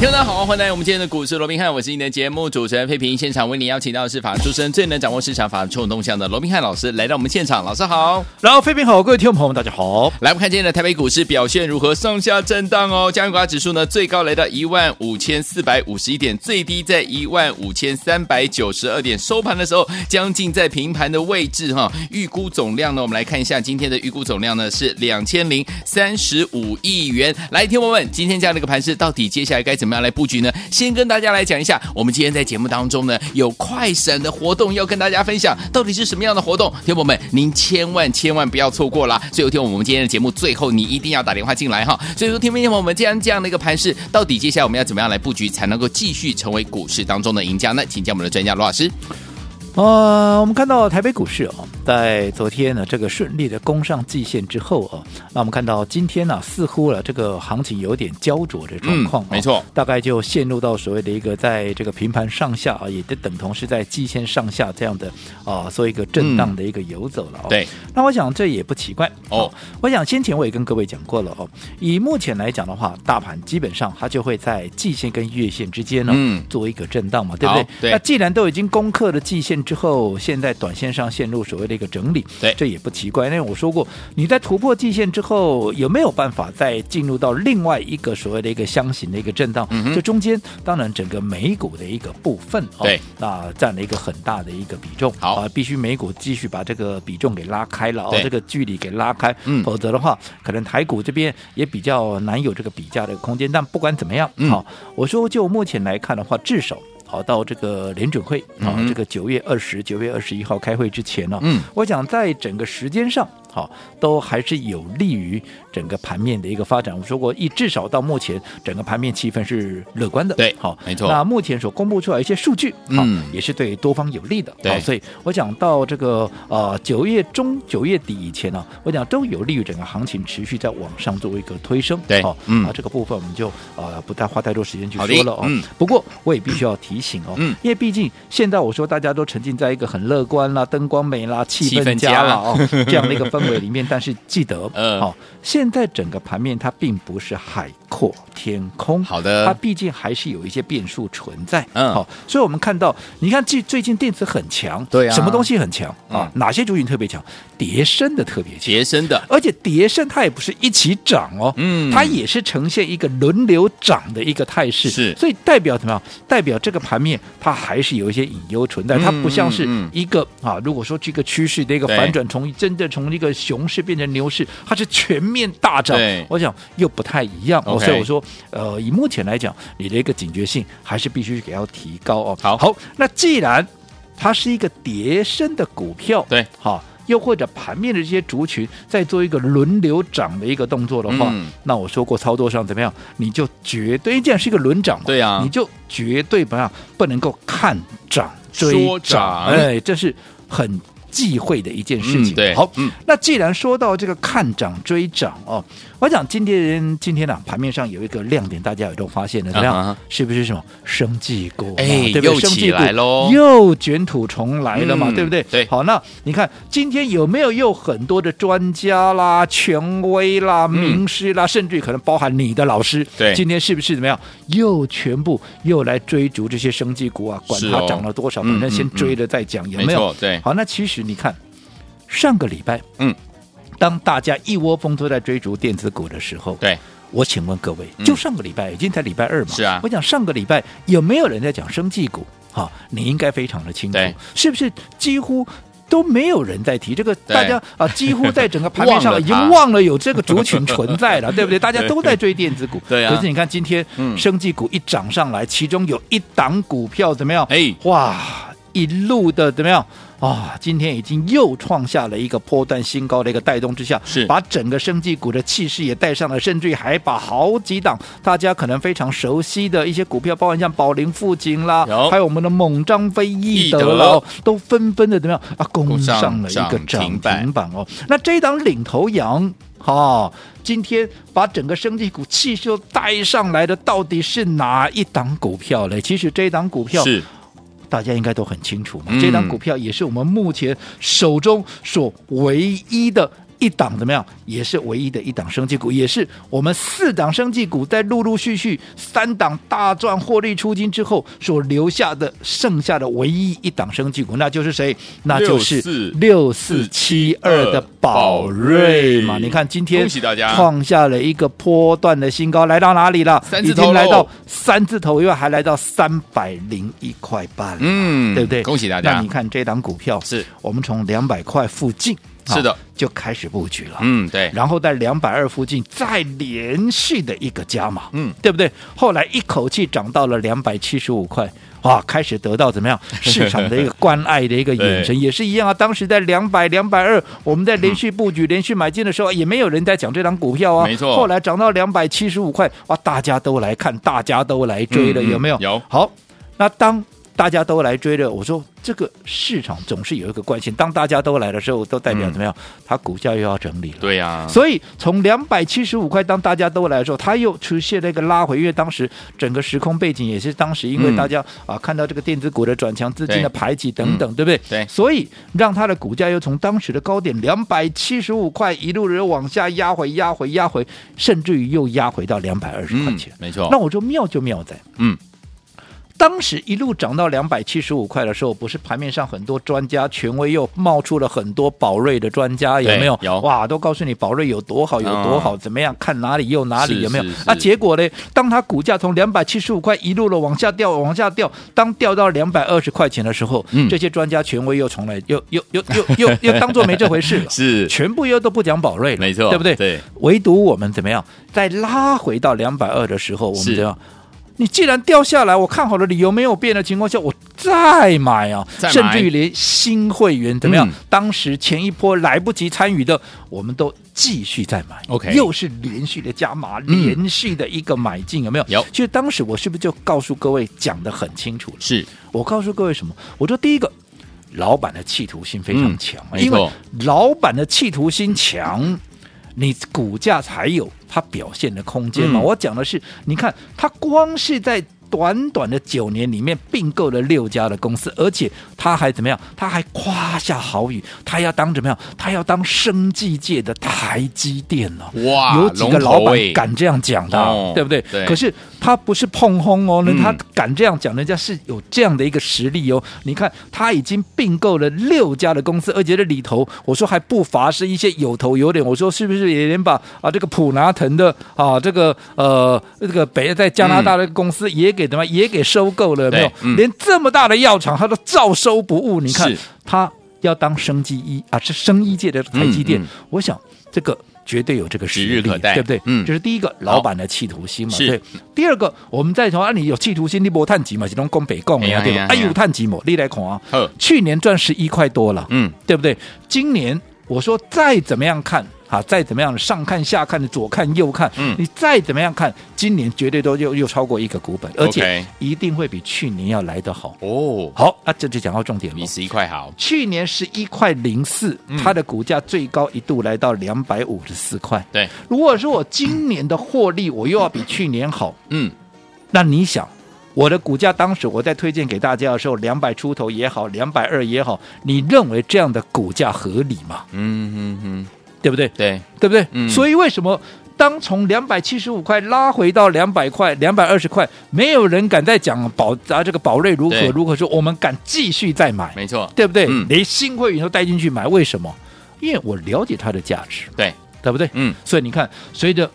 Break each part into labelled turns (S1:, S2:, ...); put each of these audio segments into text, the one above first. S1: 听众大家好，欢迎来我们今天的股市罗宾汉，我是你的节目主持人费平。现场为你邀请到的是法律出身、最能掌握市场法律冲动向的罗宾汉老师来到我们现场，老师好。
S2: 然后，飞平好，各位听众朋友们，大家好。
S1: 来，我们看今天的台北股市表现如何？上下震荡哦。加权股价指数呢，最高来到一万五千四百五十一点，最低在一万五千三百九十二点，收盘的时候将近在平盘的位置哈。预估总量呢，我们来看一下今天的预估总量呢是两千零三十五亿元。来，听众们，今天这样的一个盘势，到底接下来哎该怎么样来布局呢？先跟大家来讲一下，我们今天在节目当中呢有快闪的活动要跟大家分享，到底是什么样的活动？听众们，您千万千万不要错过啦！所以有听我们今天的节目最后，你一定要打电话进来哈。所以说，听众朋友们，我们既然这样的一个盘势，到底接下来我们要怎么样来布局，才能够继续成为股市当中的赢家呢？请教我们的专家罗老师。
S2: 呃，我们看到台北股市哦，在昨天呢这个顺利的攻上季线之后哦，那我们看到今天呢、似乎了这个行情有点焦灼的状况、哦
S1: 嗯没错
S2: 大概就陷入到所谓的一个在这个平盘上下啊，也等同是在季线上下这样的啊，做一个震荡的一个游走了、哦
S1: 对，
S2: 那我想这也不奇怪
S1: 哦
S2: 我想先前我也跟各位讲过了哦，以目前来讲的话，大盘基本上它就会在季线跟月线之间呢、哦
S1: 嗯
S2: 做一个震荡嘛，对不对
S1: 好？对
S2: 那既然都已经攻克了季线之后，现在短线上陷入所谓的一个整理，
S1: 对
S2: 这也不奇怪。因为我说过，你在突破季线之后，有没有办法再进入到另外一个所谓的一个箱型的一个震荡？
S1: 嗯哼
S2: 这中间当然整个美股的一个部分，哦
S1: 对，
S2: 那占了一个很大的一个比重。
S1: 好
S2: 啊，必须美股继续把这个比重给拉开了，哦
S1: 对，
S2: 这个距离给拉开，
S1: 嗯
S2: 否则的话，可能台股这边也比较难有这个比价的空间。但不管怎么样，
S1: 嗯
S2: 好、我说就目前来看的话，至少。好，到这个联准会啊、
S1: 嗯哼
S2: 这个九月二十、九月二十一号开会之前呢、
S1: 嗯，
S2: 我想在整个时间上，好、都还是有利于整个盘面的一个发展。我说过，一至少到目前，整个盘面气氛是乐观的。
S1: 对
S2: 好、
S1: 没错
S2: 那目前所公布出来一些数据，好
S1: 嗯
S2: 也是对多方有利的。
S1: 对
S2: 好，所以我讲到这个呃九月中、九月底以前呢、啊我讲都有利于整个行情持续在往上做一个推升。
S1: 对
S2: 好、
S1: 嗯
S2: 啊，这个部分我们就呃不太花太多时间去
S1: 好的
S2: 说了哦。
S1: 嗯
S2: 不过我也必须要提醒哦，
S1: 嗯
S2: 因为毕竟现在我说大家都沉浸在一个很乐观啦、灯光美啦、气
S1: 气氛
S2: 氛
S1: 佳
S2: 佳
S1: 啦
S2: 啦哦 这样的一个氛围里面，但是记得，好、
S1: 呃
S2: 现在整个盘面它并不是海阔天空，
S1: 好的
S2: 它毕竟还是有一些变数存在。
S1: 嗯
S2: 好、所以我们看到，你看最最近电子很强，
S1: 对啊
S2: 什么东西很强啊
S1: 嗯？
S2: 哪些族群特别强？叠升的特别强。
S1: 杰森的，
S2: 而且叠升它也不是一起涨哦，
S1: 嗯
S2: 它也是呈现一个轮流涨的一个态势，
S1: 是
S2: 所以代表怎么样？代表这个盘面它还是有一些隐忧存在，
S1: 嗯
S2: 它不像是
S1: 嗯嗯
S2: 一个啊，如果说这个趋势的一个
S1: 对
S2: 反转，从真的从一个熊市变成牛市，它是全面大涨
S1: 对，
S2: 我想又不太一样。哦
S1: OK
S2: 所以我说，呃，以目前来讲，你的一个警觉性还是必须给要提高哦。
S1: 好
S2: 好，那既然它是一个叠升的股票，
S1: 对，
S2: 好，又或者盘面的这些族群在做一个轮流涨的一个动作的话，
S1: 嗯
S2: 那我说过操作上怎么样，你就绝对，既然是一个轮涨嘛，
S1: 对啊
S2: 你就绝对不要不能够看涨追
S1: 说涨
S2: 哎，这是很忌讳的一件事
S1: 嗯
S2: 情。
S1: 对
S2: 好，
S1: 嗯
S2: 那既然说到这个看涨追涨哦，我讲今天今天呢、盘面上有一个亮点，大家有都发现了，怎么样？
S1: 啊哈
S2: 是不是什么生技股嘛？
S1: 哎
S2: 对不
S1: 又
S2: 对？
S1: 起
S2: 生技股
S1: 来喽
S2: 又卷土重来了嘛，
S1: 嗯
S2: 对不对？
S1: 对
S2: 好，那你看今天有没有又很多的专家啦、权威啦、名师啦，甚至于可能包含你的老师，
S1: 嗯对
S2: 今天是不是怎么样？又全部又来追逐这些生技股啊？管
S1: 是
S2: 它
S1: 哦
S2: 涨了多少，
S1: 嗯
S2: 反正
S1: 嗯
S2: 先
S1: 嗯
S2: 追了再讲，有
S1: 没
S2: 没有
S1: 错？，对，
S2: 好，那其实你看上个礼拜，
S1: 嗯，
S2: 当大家一窝蜂都在追逐电子股的时候，
S1: 对，
S2: 我请问各位，
S1: 嗯
S2: 就上个礼拜，已经才礼拜二嘛，
S1: 是啊
S2: 我讲上个礼拜有没有人在讲生技股？好、你应该非常的清楚
S1: 对，
S2: 是不是几乎？都没有人在提这个，
S1: 对
S2: 大家啊，几乎在整个盘 面
S1: 忘了
S2: 上
S1: 它
S2: 已经忘了有这个族群存在 了，对不对？大家都在追电子股，
S1: 对啊
S2: 可是你看今天
S1: 嗯
S2: 生技股一涨上来，其中有一档股票怎么样？
S1: 哎
S2: 哇，一路的怎么样？啊，今天已经又创下了一个波段新高的一个带动之下，
S1: 是
S2: 把整个生技股的气势也带上了，甚至于还把好几档大家可能非常熟悉的一些股票，包含像宝林、富锦啦
S1: 有，
S2: 还有我们的猛张飞、易
S1: 易德
S2: 德啦，哦都纷纷的怎么样啊，攻
S1: 上
S2: 上了一个
S1: 涨
S2: 涨
S1: 停
S2: 停
S1: 板
S2: 板哦。那这一档领头羊。哦，今天把整个生技股气势都带上来的到底是哪一档股票嘞？其实这一档股票
S1: 是
S2: 大家应该都很清楚嘛。
S1: 嗯
S2: 这档股票也是我们目前手中所唯一的。一档怎么样？也是唯一的一档生技股，也是我们四档生技股在陆陆续续三档大赚获利出金之后所留下的剩下的唯一一档生技股，那就是谁？那就是六四七二的宝瑞嘛。
S1: 宝瑞
S2: 你看今天
S1: 恭喜大家
S2: 创下了一个波段的新高，来到哪里了？
S1: 三字
S2: 已
S1: 头
S2: 经来
S1: 喽
S2: 到三字头，又还来到三百零一块半了。
S1: 嗯
S2: 对不对？
S1: 恭喜大家
S2: 那你看这档股票，
S1: 是
S2: 我们从两百块附近，啊
S1: 是的，
S2: 就开始布局了。
S1: 嗯，对，
S2: 然后在两百二附近再连续的一个加码，
S1: 嗯
S2: 对不对？后来一口气涨到了两百七十五块，哇，开始得到 怎么样市场的一个关爱的一个眼神，也是一样啊。当时在两百、两百二，我们在连续布局、连续买进的时候，也没有人在讲这档股票啊，
S1: 没错
S2: 后来涨到两百七十五块，哇，大家都来看，大家都来追了，
S1: 嗯嗯
S2: 有没有？
S1: 有
S2: 好，那当大家都来追了，我说这个市场总是有一个惯性，当大家都来的时候，都代表
S1: 嗯
S2: 怎么样？它股价又要整理了。
S1: 对啊呀，
S2: 所以从两百七十五块，当大家都来的时候，它又出现了一个拉回，因为当时整个时空背景也是当时因为
S1: 嗯
S2: 大家、啊看到这个电子股的转强、资金的
S1: 对
S2: 排挤等等，对不对？
S1: 对
S2: 所以让它的股价又从当时的高点两百七十五块一路的往下压回、压回、压回，甚至于又压回到两百二十块
S1: 嗯
S2: 钱，。
S1: 没错，
S2: 那我说妙就妙在，
S1: 嗯，
S2: 当时一路涨到两百七十五块的时候，不是盘面上很多专家权威又冒出了很多宝瑞的专家，有
S1: 对
S2: 没有？
S1: 有
S2: 哇，都告诉你宝瑞有多好，有多好，怎么样？看哪里又哪
S1: 是
S2: 里，有没有
S1: 是是？
S2: 啊，结果呢？当它股价从两百七十五块一路的往下掉，往下掉，当掉到两百二十块钱的时候，
S1: 嗯。
S2: 这些专家权威又从来又又又又又又又当做没这回事了
S1: 是
S2: 全部又都不讲宝瑞了，
S1: 没错
S2: 对不对？
S1: 对，
S2: 唯独我们怎么样，在拉回到两百二的时候，我们
S1: 是
S2: 怎么样？你既然掉下来，我看好的理由没有变的情况下，我再买啊，
S1: 再买
S2: 甚至于连新会员怎么样？
S1: 嗯
S2: 当时前一波来不及参与的，我们都继续再买。
S1: OK
S2: 又是连续的加码，
S1: 嗯
S2: 连续的一个买进，有没有？
S1: 有
S2: 其实当时我是不是就告诉各位讲的很清楚了？
S1: 是
S2: 我告诉各位什么？我说第一个，老板的企图心非常强，
S1: 嗯没错
S2: 因为老板的企图心强，你股价才有它表现的空间嘛。
S1: 嗯
S2: 我讲的是，你看它光是在。短短的九年里面，并购了六家的公司，而且他还怎么样？他还夸下好语，他要当怎么样？他要当生技界的台积电哦呢、
S1: 哇
S2: 有几个
S1: 龙
S2: 老
S1: 头
S2: 板
S1: 欸
S2: 敢这样讲的啊、
S1: 哦
S2: 对不对？
S1: 对
S2: 可是他不是碰轰哦，那
S1: 嗯
S2: 他敢这样讲，人家是有这样的一个实力哦。你看，他已经并购了六家的公司，而且这里头，我说还不乏是一些有头有脸。我说是不是也连把啊这个普拿腾的啊这个呃这个北在加拿大的公司也给怎么、也给收购了？有没有
S1: 对？嗯
S2: 连这么大的药厂，他都照收不误。你看
S1: 是
S2: 他要当生技医啊，是生医界的台积电。
S1: 嗯嗯
S2: 我想这个。绝对有这个
S1: 指
S2: 实
S1: 日
S2: 力，
S1: 可待
S2: 对不对？
S1: 嗯
S2: 这是第一个老板的企图心嘛。
S1: 是
S2: 对，第二个，我们再从啊，你有企图心，你不探及嘛，是拢讲北共的
S1: 哎
S2: 呀，
S1: 呀
S2: 对吧？
S1: 哎
S2: 哎
S1: 呀
S2: 有探及嘛，你来看啊
S1: 好，
S2: 去年赚十一块多了，
S1: 嗯，
S2: 对不对？今年我说再怎么样看啊，再怎么样上看下看的左看右看，
S1: 嗯
S2: 你再怎么样看，今年绝对都又又超过一个股本，而
S1: OK
S2: 且一定会比去年要来得好。
S1: 哦，
S2: 好，那、啊、这就讲到重点了
S1: 比。十一块好，
S2: 去年十一块零四，
S1: 嗯
S2: 它的股价最高一度来到两百五十四块。
S1: 对，
S2: 如果说我今年的获利，我又要比去年好，
S1: 嗯，
S2: 那你想，我的股价当时我在推荐给大家的时候，两百出头也好，两百二也好，你认为这样的股价合理吗？
S1: 嗯嗯嗯，
S2: 对不对？
S1: 对，
S2: 对不对？
S1: 嗯
S2: 所以为什么？当从两百七十五块拉回到两百块、两百二十块，没有人敢再讲宝啊这个宝瑞如何
S1: 对
S2: 如何说，我们敢继续再买，
S1: 没错，
S2: 对不对？
S1: 嗯
S2: 连新会员都带进去买，为什么？因为我了解它的价值，
S1: 对，
S2: 对不对？
S1: 嗯，
S2: 所以你看，随着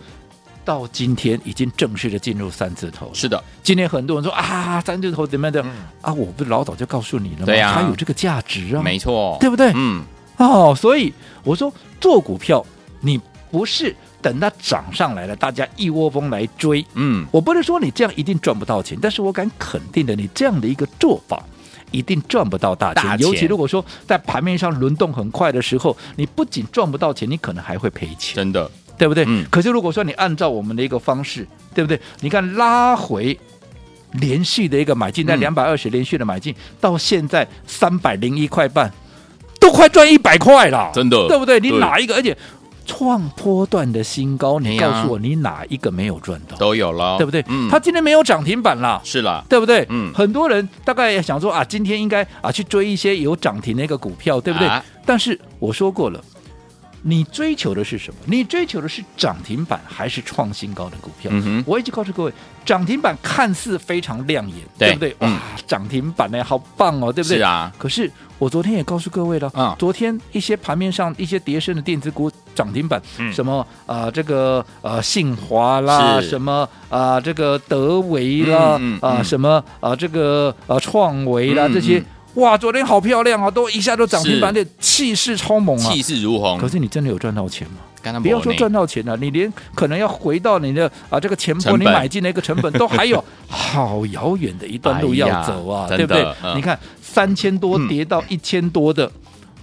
S2: 到今天已经正式的进入三字头了，
S1: 是的，
S2: 今天很多人说啊，三字头怎么样的、啊？我不是老早就告诉你了吗？
S1: 对啊
S2: 它有这个价值啊，
S1: 没错，
S2: 对不对？
S1: 嗯，
S2: 哦，所以我说做股票，你不是等它涨上来了，大家一窝蜂来追。
S1: 嗯，
S2: 我不是说你这样一定赚不到钱，但是我敢肯定的，你这样的一个做法。一定赚不到大钱。
S1: 大钱
S2: 尤其如果说在盘面上轮动很快的时候，你不仅赚不到钱，你可能还会赔钱。
S1: 真的，
S2: 对不对？
S1: 嗯
S2: 可是如果说你按照我们的一个方式，对不对？你看拉回。连续的一个买进，在两
S1: 嗯
S2: 百二十连续的买进，到现在三百零一块半，都快赚一百块了，
S1: 真的
S2: 对不对？你
S1: 对
S2: 哪一个？而且创波段的新高，你
S1: 哎呀
S2: 告诉我，你哪一个没有赚到？
S1: 都有了，
S2: 对不对？
S1: 嗯，
S2: 它今天没有涨停板啦，
S1: 是啦，
S2: 对不对？
S1: 嗯
S2: 很多人大概想说啊，今天应该啊去追一些有涨停的一个股票，对不对？
S1: 啊
S2: 但是我说过了，你追求的是什么？你追求的是涨停板还是创新高的股票？
S1: 嗯哼
S2: 我一直告诉各位，涨停板看似非常亮眼，
S1: 对
S2: 不对？
S1: 嗯
S2: 哇，涨停板呢，好棒哦，对不对？
S1: 是啊，
S2: 可是我昨天也告诉各位了，
S1: 嗯
S2: 昨天一些盘面上一些跌升的电子股涨停板，
S1: 嗯
S2: 什么啊、呃这个呃信华啦，
S1: 是
S2: 什么啊、呃这个德维啦，啊、
S1: 嗯嗯嗯
S2: 什么啊、呃这个呃创维啦、
S1: 嗯
S2: 这些
S1: 嗯，
S2: 哇，昨天好漂亮啊，都一下都涨停板，
S1: 是
S2: 这气势超猛啊！
S1: 气势如虹
S2: 可，是你真的有赚到钱吗？
S1: 刚刚
S2: 不要说赚到钱了、你连可能要回到你的啊这个钱
S1: 成
S2: 波
S1: 本
S2: 你买进的一个成本，都 还有好遥远的一段路要走啊，
S1: 哎呀
S2: 对不
S1: 真
S2: 对
S1: 的？嗯
S2: 你看三千多
S1: 嗯
S2: 跌到一千多的。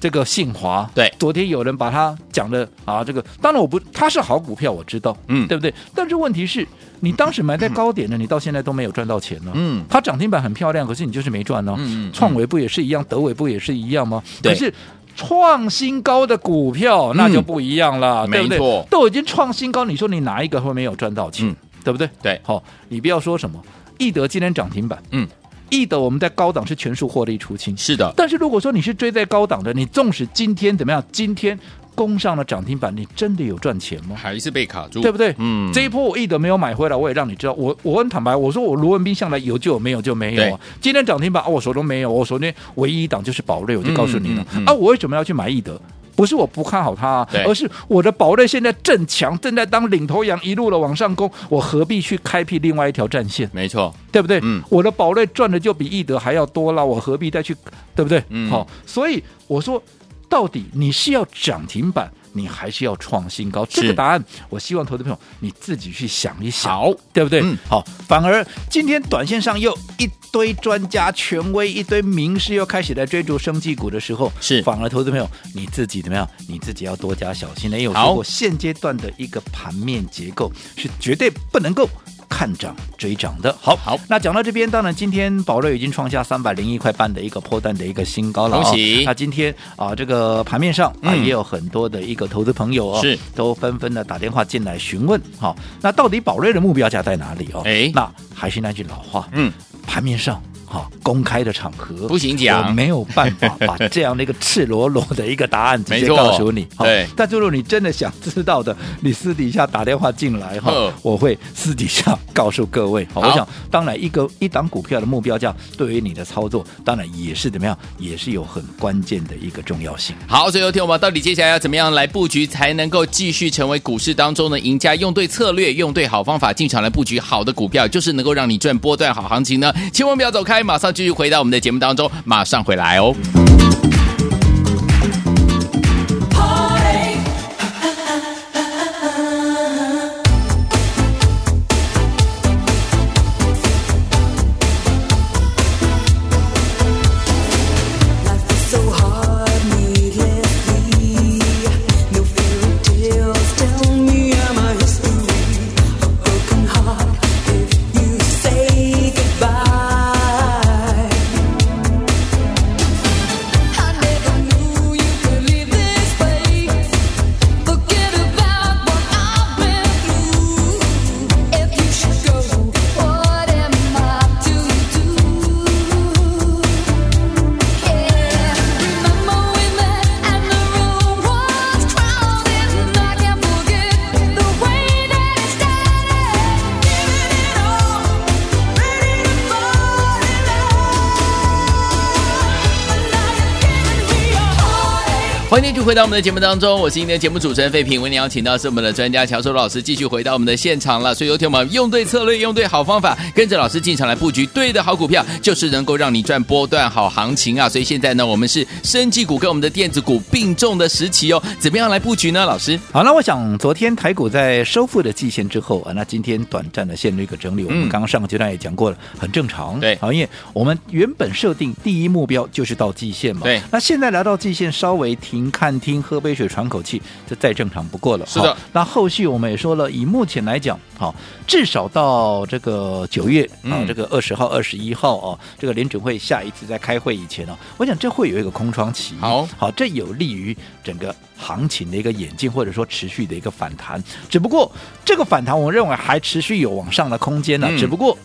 S2: 这个信华，
S1: 对
S2: 昨天有人把它讲的啊，这个当然我不，它是好股票，我知道，
S1: 嗯
S2: 对不对？但是问题是你当时买在高点的，你到现在都没有赚到钱呢、
S1: 嗯
S2: 它涨停板很漂亮，可是你就是没赚呢、
S1: 嗯嗯嗯
S2: 创维不也是一样，德维不也是一样吗？
S1: 对
S2: 可是创新高的股票那就
S1: 嗯
S2: 不一样了。啊对不
S1: 没
S2: 对
S1: 错
S2: 都已经创新高，你说你哪一个会没有赚到钱？
S1: 嗯
S2: 对不对？
S1: 对
S2: 好、你不要说什么易德今天涨停板，
S1: 嗯，
S2: 易德我们在高档是全数获利出清，
S1: 是的，
S2: 但是如果说你是追在高档的，你纵使今天怎么样，今天攻上了涨停板，你真的有赚钱吗？
S1: 还是被卡住，
S2: 对不对？
S1: 嗯，
S2: 这一波我易德没有买回来，我也让你知道，我我很坦白，我说我罗文斌向来有就有，没有就没有、啊。今天涨停板啊，我手中没有，我手中唯一一档就是宝瑞，我就告诉你了。
S1: 嗯嗯嗯
S2: 啊，我为什么要去买易德？不是我不看好它、啊
S1: 对，
S2: 而是我的宝瑞现在正强，正在当领头羊，一路的往上攻，我何必去开辟另外一条战线？
S1: 没错，
S2: 对不对？
S1: 嗯
S2: 我的宝瑞赚的就比易德还要多了，我何必再去，对不对？
S1: 嗯
S2: 好，所以我说，到底你是要涨停板，你还是要创新高？
S1: 是
S2: 这个答案，我希望投资朋友你自己去想一想，
S1: 好
S2: 对不对？
S1: 嗯
S2: 好，反而今天短线上又一堆专家、权威、一堆名师又开始来追逐生技股的时候，
S1: 是
S2: 反而投资朋友你自己怎么样？你自己要多加小心了，因为我
S1: 好
S2: 说过，现阶段的一个盘面结构是绝对不能够。看涨追涨的，好
S1: 好
S2: 那讲到这边，当然今天宝瑞已经创下三百零一块半的一个破蛋的一个新高了、哦，
S1: 恭喜
S2: 那今天啊，这个盘面上啊、
S1: 嗯
S2: 也有很多的一个投资朋友哦，
S1: 是
S2: 都纷纷的打电话进来询问，好、那到底宝瑞的目标价在哪里哦？
S1: 哎
S2: 那还是那句老话，
S1: 嗯，
S2: 盘面上。好，公开的场合
S1: 不行讲
S2: 我没有办法把这样的一个赤裸裸的一个答案直
S1: 没
S2: 接
S1: 错
S2: 告诉你。好
S1: 对
S2: 但是如果你真的想知道的，你私底下打电话进来哈
S1: 呵，
S2: 我会私底下告诉各位。好，
S1: 好
S2: 我想当然一个一档股票的目标价，对于你的操作，当然也是怎么样，也是有很关键的一个重要性。
S1: 好，所以有听我们到底接下来要怎么样来布局，才能够继续成为股市当中的赢家？用对策略，用对好方法进场来布局好的股票，就是能够让你赚波段好行情呢。千万不要走开，马上继续回到我们的节目当中，马上回来哦。
S3: Life is so hard, needlessly. No fairy tales tell me I'm a history. A broken heart if you say goodbye. I never knew you could live this way. Forget about what I've been through. If you should go, what am I to do? Yeah.
S1: 欢迎继续回到我们的节目当中，我是今天的节目主持人费平，为您邀请到是我们的专家乔叔老师，继续回到我们的现场了。所以有天我们用对策略，用对好方法，跟着老师进场来布局对的好股票，就是能够让你赚波段好行情啊。所以现在呢，我们是生技股跟我们的电子股并重的时期哦，怎么样来布局呢？老师，
S2: 好，那我想昨天台股在收复了季线之后啊，那今天短暂的陷入一个整理，我们刚刚上个阶段也讲过了，很正常。
S1: 嗯对
S2: 好，因为我们原本设定第一目标就是到季线嘛。
S1: 对
S2: 那现在来到季线，稍微停看听，喝杯水，喘口气，这再正常不过了。
S1: 是的
S2: 好那后续我们也说了，以目前来讲，好，至少到这个九月啊
S1: 嗯，
S2: 这个二十号、二十一号哦，这个联准会下一次在开会以前哦，我想这会有一个空窗期。
S1: 好
S2: 好，这有利于整个行情的一个演进，或者说持续的一个反弹。只不过这个反弹，我认为还持续有往上的空间呢、啊
S1: 嗯
S2: 只不过。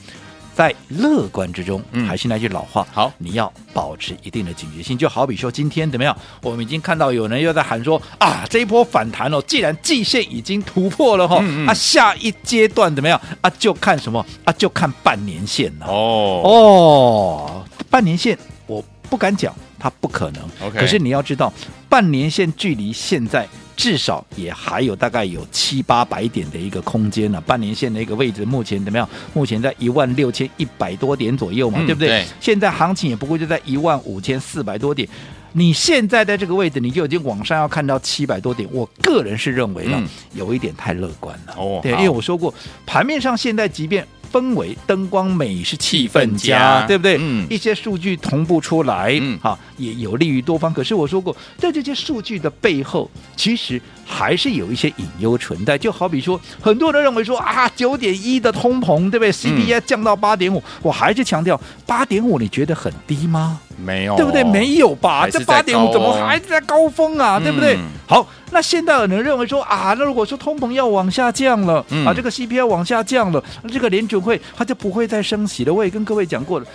S2: 在乐观之中，
S1: 嗯
S2: 还是那句老话，
S1: 好
S2: 你要保持一定的警觉性。就好比说今天怎么样，我们已经看到有人又在喊说啊，这一波反弹哦，既然季线已经突破了哈、哦，
S1: 嗯嗯
S2: 啊，下一阶段怎么样啊，就看什么啊，就看半年线了、
S1: 哦，
S2: 哦，半年线我不敢讲，它不可能。
S1: OK
S2: 可是你要知道，半年线距离现在至少也还有大概有七八百点的一个空间呢、半年线的一个位置，目前怎么样？目前在一万六千一百多点左右嘛，
S1: 嗯
S2: 对不对？
S1: 对
S2: 现在行情也不过就在一万五千四百多点。你现在在这个位置，你就已经往上要看到七百多点。我个人是认为呢，
S1: 嗯
S2: 有一点太乐观了。
S1: 哦
S2: 对，
S1: 好
S2: 因为我说过，盘面上现在即便氛围、灯光、美是气氛
S1: 气氛
S2: 家，
S1: 家
S2: 对不对？
S1: 嗯
S2: 一些数据同步出来，
S1: 嗯
S2: 好，也有利于多方。可是我说过，在这些数据的背后，其实还是有一些隐忧存在。就好比说，很多人认为说啊，九点一的通膨，对不对？CPI 降到八点五，我还是强调，八点五你觉得很低吗？
S1: 没有
S2: 对不对？没有吧？
S1: 还
S2: 这
S1: 是
S2: 八
S1: 在
S2: 点五怎么
S1: 高哦
S2: 还在高峰啊？对不对
S1: 嗯？
S2: 好，那现在有人认为说啊，那如果说通膨要往下降了
S1: 嗯
S2: 啊，这个 CPI 往下降了，这个联准会它就不会再升息了。我也跟各位讲过了。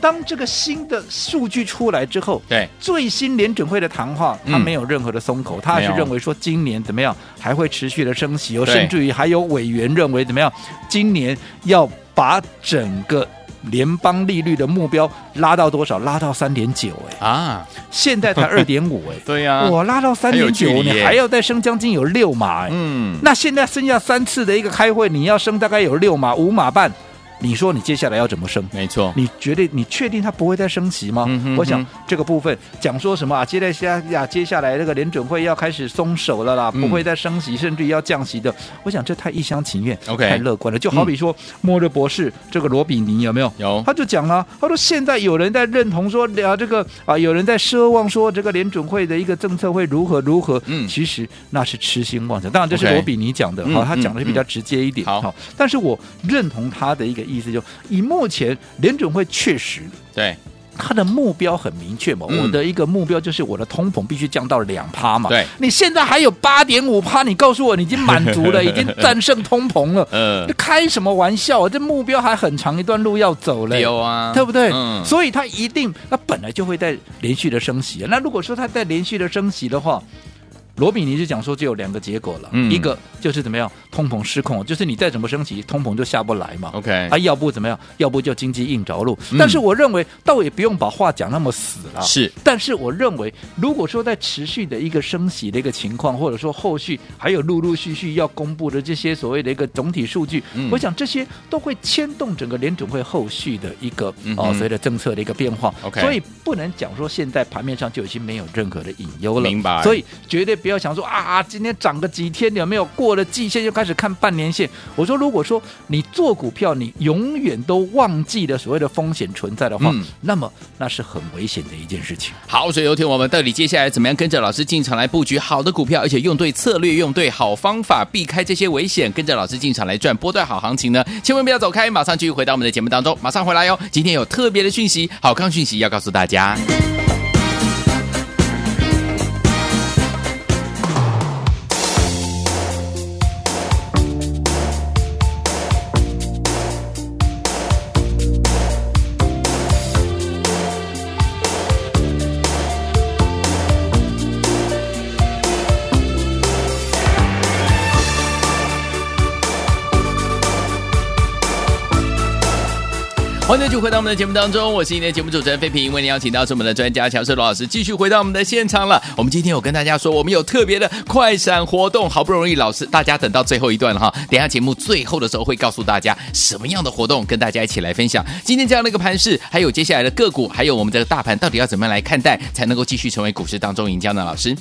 S2: 当这个新的数据出来之后，
S1: 对
S2: 最新联准会的谈话，它
S1: 嗯
S2: 没有任何的松口，它还是
S1: 没有
S2: 认为说今年怎么样还会持续的升息哦，
S1: 对
S2: 甚至于还有委员认为怎么样，今年要把整个联邦利率的目标拉到多少？拉到三点九，哎，
S1: 啊，
S2: 现在才二点五，哎，
S1: 对呀、
S2: 我拉到三
S1: 有
S2: 点
S1: 距
S2: 九，
S1: 离
S2: 你
S1: 耶
S2: 还要再升将近有六码，哎，
S1: 嗯，
S2: 那现在剩下三次的一个开会，你要升大概有六码、五码半，你说你接下来要怎么升？
S1: 没错，
S2: 你觉得你确定它不会再升息吗？
S1: 嗯哼
S2: 我想
S1: 哼
S2: 这个部分讲说什么啊？接下来呀，接下来这个联准会要开始松手了啦，
S1: 嗯
S2: 不会再升息，甚至于要降息的。我想这太一厢情愿
S1: OK 嗯
S2: 太乐观了。就好比说莫瑞博士这个罗比尼有没有？
S1: 有
S2: 他就讲了，他说现在有人在认同说啊这个啊，有人在奢望说这个联准会的一个政策会如何如何。
S1: 嗯
S2: 其实那是痴心妄想。当然这是
S1: OK
S2: 罗比尼讲的，
S1: 嗯
S2: 好，他
S1: 嗯
S2: 讲的是比
S1: 嗯
S2: 较直接一点。
S1: 好
S2: 但是我认同他的一个意思就，以目前联准会确实。
S1: 对
S2: 它的目标很明确嘛，
S1: 嗯
S2: 我的一个目标就是我的通膨必须降到两趴嘛。
S1: 对，
S2: 你现在还有八点五趴，你告诉我你已经满足了，已经战胜通 膨了，
S1: 呃
S2: 这开什么玩笑啊？这目标还很长一段路要走嘞。
S1: 有啊，
S2: 对不对？
S1: 嗯，
S2: 所以它一定，它本来就会在连续的升息。啊那如果说它在连续的升息的话，罗比尼是讲说就有两个结果了，
S1: 嗯
S2: 一个就是怎么样，通膨失控，就是你再怎么升息，通膨就下不来嘛。
S1: OK
S2: 啊，要不怎么样，要不就经济硬着陆。
S1: 嗯
S2: 但是我认为倒也不用把话讲那么死了。
S1: 是
S2: 但是我认为，如果说在持续的一个升息的一个情况，或者说后续还有陆陆续续要公布的这些所谓的一个总体数据，
S1: 嗯
S2: 我想这些都会牵动整个联准会后续的一个、
S1: 嗯哼
S2: 哦，所谓的政策的一个变化。
S1: OK
S2: 所以不能讲说现在盘面上就已经没有任何的隐忧了。
S1: 明白
S2: 所以绝对不要想说啊，今天涨个几天有没有过了季线就开始看半年线。我说，如果说你做股票，你永远都忘记了所谓的风险存在的话，
S1: 嗯
S2: 那么那是很危险的一件事情。
S1: 好，所以有天我们到底接下来怎么样跟着老师进场来布局好的股票，而且用对策略、用对好方法，避开这些危险，跟着老师进场来赚波段好行情呢？千万不要走开，马上继续回到我们的节目当中，马上回来哟！今天有特别的讯息，好康讯息要告诉大家。欢迎继续回到我们的节目当中，我是今天的节目主持人费平，为您邀请到是我们的专家乔世罗老师，继续回到我们的现场了。我们今天有跟大家说，我们有特别的快闪活动，好不容易老师大家等到最后一段了哈，等一下节目最后的时候会告诉大家什么样的活动，跟大家一起来分享。今天这样的一个盘势，还有接下来的个股，还有我们的大盘到底要怎么样来看待，才能够继续成为股市当中赢家呢？老师，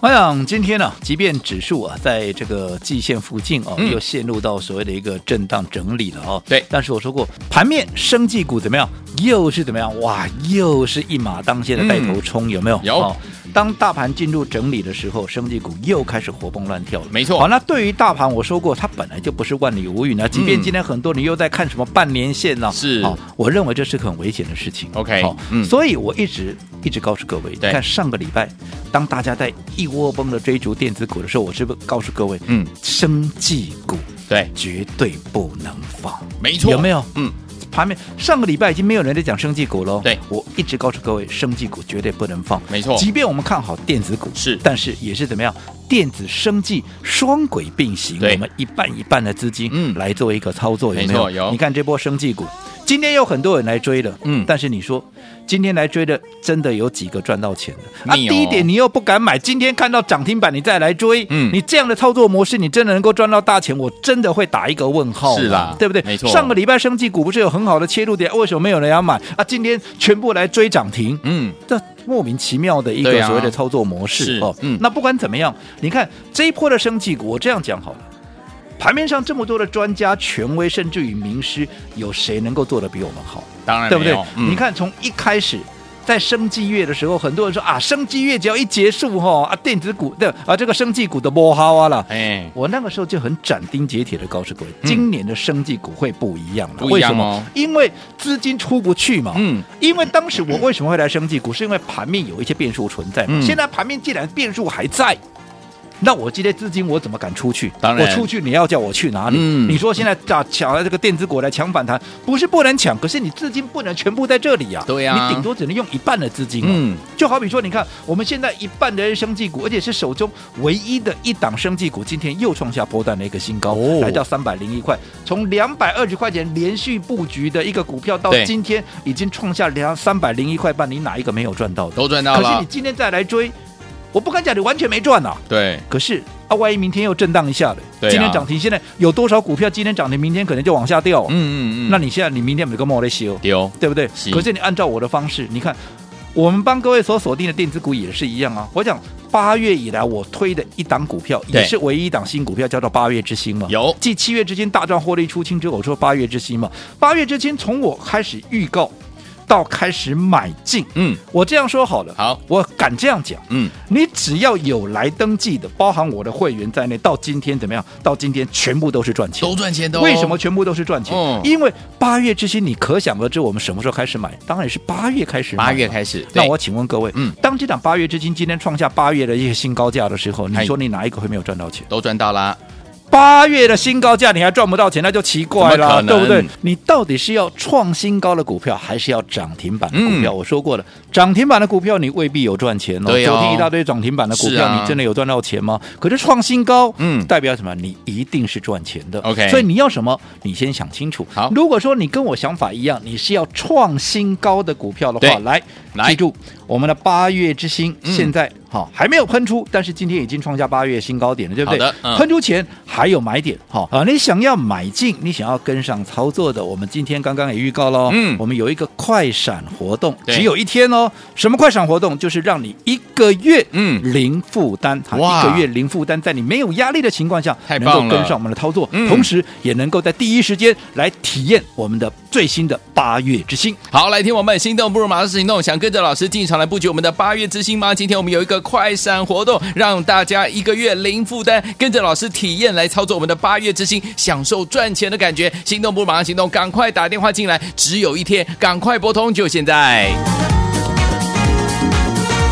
S2: 我想今天呢、即便指数啊在这个季线附近哦、
S1: 嗯
S2: 又陷入到所谓的一个震荡整理了哦。
S1: 对
S2: 但是我说过，盘面生技股怎么样？又是怎么样？哇，又是一马当先的带头冲，有没有？
S1: 嗯有
S2: 当大盘进入整理的时候，生技股又开始活蹦乱跳了。
S1: 没错
S2: 好，那对于大盘，我说过，它本来就不是万里无云啊。即便
S1: 嗯
S2: 今天很多你又在看什么半年线呢、
S1: 是
S2: 好，我认为这是个很危险的事情。
S1: OK，
S2: 好，
S1: 嗯
S2: 所以我一直一直告诉各位，你
S1: 对
S2: 看上个礼拜，当大家在一窝蜂的追逐电子股的时候，我是不是告诉各位，
S1: 嗯，
S2: 生技股
S1: 对，
S2: 绝对不能放，
S1: 没错
S2: 有没有？
S1: 嗯，
S2: 盘面上个礼拜已经没有人在讲生技股喽。
S1: 对
S2: 我一直告诉各位，生技股绝对不能放，
S1: 没错
S2: 即便我们看好电子股，
S1: 是
S2: 但是也是怎么样，电子生技双轨并行，
S1: 对
S2: 我们一半一半的资金，
S1: 嗯
S2: 来做一个操作，有
S1: 没
S2: 没
S1: 错
S2: 有？
S1: 有
S2: 你看这波生技股，今天有很多人来追了，
S1: 嗯
S2: 但是你说今天来追的，真的有几个赚到钱的？啊，
S1: 没
S2: 第
S1: 有
S2: 一点你又不敢买，今天看到涨停板你再来追，
S1: 嗯
S2: 你这样的操作模式，你真的能够赚到大钱？我真的会打一个问号嘛，
S1: 是啦
S2: 对不对？
S1: 没错
S2: 上个礼拜生技股不是有很好的切入点，为什么没有人要买啊？今天全部来追涨停，
S1: 嗯，
S2: 这莫名其妙的一
S1: 对
S2: 个
S1: 啊
S2: 所谓的操作模式、
S1: 是
S2: 哦。
S1: 嗯
S2: 那不管怎么样，你看这一波的生技股，我这样讲好了。盘面上这么多的专家、权威，甚至于名师，有谁能够做得比我们好？
S1: 当然
S2: 对不
S1: 没
S2: 对
S1: 有？嗯
S2: 你看从一开始。在生技月的时候，很多人说啊，生技月只要一结束吼啊，电子股的啊，这个生技股的摸好啊了。
S1: 哎，
S2: 我那个时候就很斩钉截铁的告诉各位，
S1: 嗯
S2: 今年的生技股会不一样了。
S1: 不一样
S2: 为什
S1: 哦
S2: 么？因为资金出不去嘛。
S1: 嗯，
S2: 因为当时我为什么会来生技股，是因为盘面有一些变数存在嘛。
S1: 嗯
S2: 现在盘面既然变数还在。那我今天资金我怎么敢出去？
S1: 当然
S2: 我出去你要叫我去哪里？
S1: 嗯
S2: 你说现在打抢了这个电子股来抢反弹，不是不能抢，可是你资金不能全部在这里呀、啊
S1: 对呀
S2: 你顶多只能用一半的资金、嗯，
S1: 嗯，
S2: 就好比说，你看我们现在一半的生技股，而且是手中唯一的一档生技股，今天又创下波段的一个新高，
S1: 哦
S2: 来到三百零一块，从两百二十块钱连续布局的一个股票，到
S1: 对
S2: 今天已经创下两三百零一块半，你哪一个没有赚到的？
S1: 都赚到
S2: 可是
S1: 了
S2: 你，今天再来追，我不敢讲你完全没赚呐、
S1: 对，
S2: 可是啊，万一明天又震荡一下嘞，
S1: 对啊
S2: 今天涨停，现在有多少股票今天涨停，明天可能就往下掉、啊
S1: 嗯嗯嗯，
S2: 那你现在你明天有个莫雷西欧，
S1: 丢，
S2: 对不对
S1: 是？
S2: 可是你按照我的方式，你看，我们帮各位所锁定的电子股也是一样啊。我讲八月以来我推的一档股票，
S1: 对
S2: 也是唯一一档新股票，叫做八月之星嘛。
S1: 有
S2: 继七月之星大赚获利出清之后，我说八月之星嘛，八月之星从我开始预告到开始买进，
S1: 嗯
S2: 我这样说好了，
S1: 好，
S2: 我敢这样讲。
S1: 嗯，
S2: 你只要有来登记的，包含我的会员在内，到今天怎么样？到今天全部都是赚钱
S1: 都。赚钱的、哦，
S2: 为什么全部都是赚钱？
S1: 嗯
S2: 因为八月之星，你可想而知，我们什么时候开始买？当然是八月开始买嘛。
S1: 八月开始？
S2: 那
S1: 对
S2: 我请问各位，
S1: 嗯
S2: 当这档八月之星今天创下八月的一个新高价的时候，
S1: 哎
S2: 你说你哪一个会没有赚到钱？
S1: 都赚到啦，
S2: 八月的新高价你还赚不到钱，那就奇怪
S1: 怎么可
S2: 了，
S1: 能
S2: 对不对？你到底是要创新高的股票，还是要涨停板的股票？
S1: 嗯
S2: 我说过了，涨停板的股票你未必有赚钱哦。
S1: 对哦
S2: 昨天一大堆涨停板的股
S1: 是
S2: 票，
S1: 啊
S2: 你真的有赚到钱吗？可是创新高，
S1: 嗯
S2: 代表什么？你一定是赚钱的。
S1: OK
S2: 所以你要什么？你先想清楚。
S1: 好
S2: 如果说你跟我想法一样，你是要创新高的股票的话
S1: 对，
S2: 来，
S1: 来
S2: 记住我们的八月之星，
S1: 嗯
S2: 现在好还没有喷出，但是今天已经创下八月新高点了，对不对
S1: 好的嗯？
S2: 喷出前还有买点，好、啊，你想要买进，你想要跟上操作的，我们今天刚刚也预告喽，
S1: 嗯
S2: 我们有一个快闪活动，
S1: 对
S2: 只有一天哦。什么快闪活动？就是让你一个月，
S1: 嗯
S2: 零负担，啊
S1: 哇
S2: 一个月零负担，在你没有压力的情况下，
S1: 太
S2: 能够
S1: 棒了
S2: 跟上我们的操作，
S1: 嗯
S2: 同时也能够在第一时间来体验我们的最新的八月之星。
S1: 好，来听我们心动不如马上行动，想跟着老师进场来布局我们的八月之星吗？今天我们有一个快闪活动，让大家一个月零负担，跟着老师体验来操作我们的八月之星，享受赚钱的感觉。心动不如马上行动，赶快打电话进来，只有一天，赶快拨通，就现在。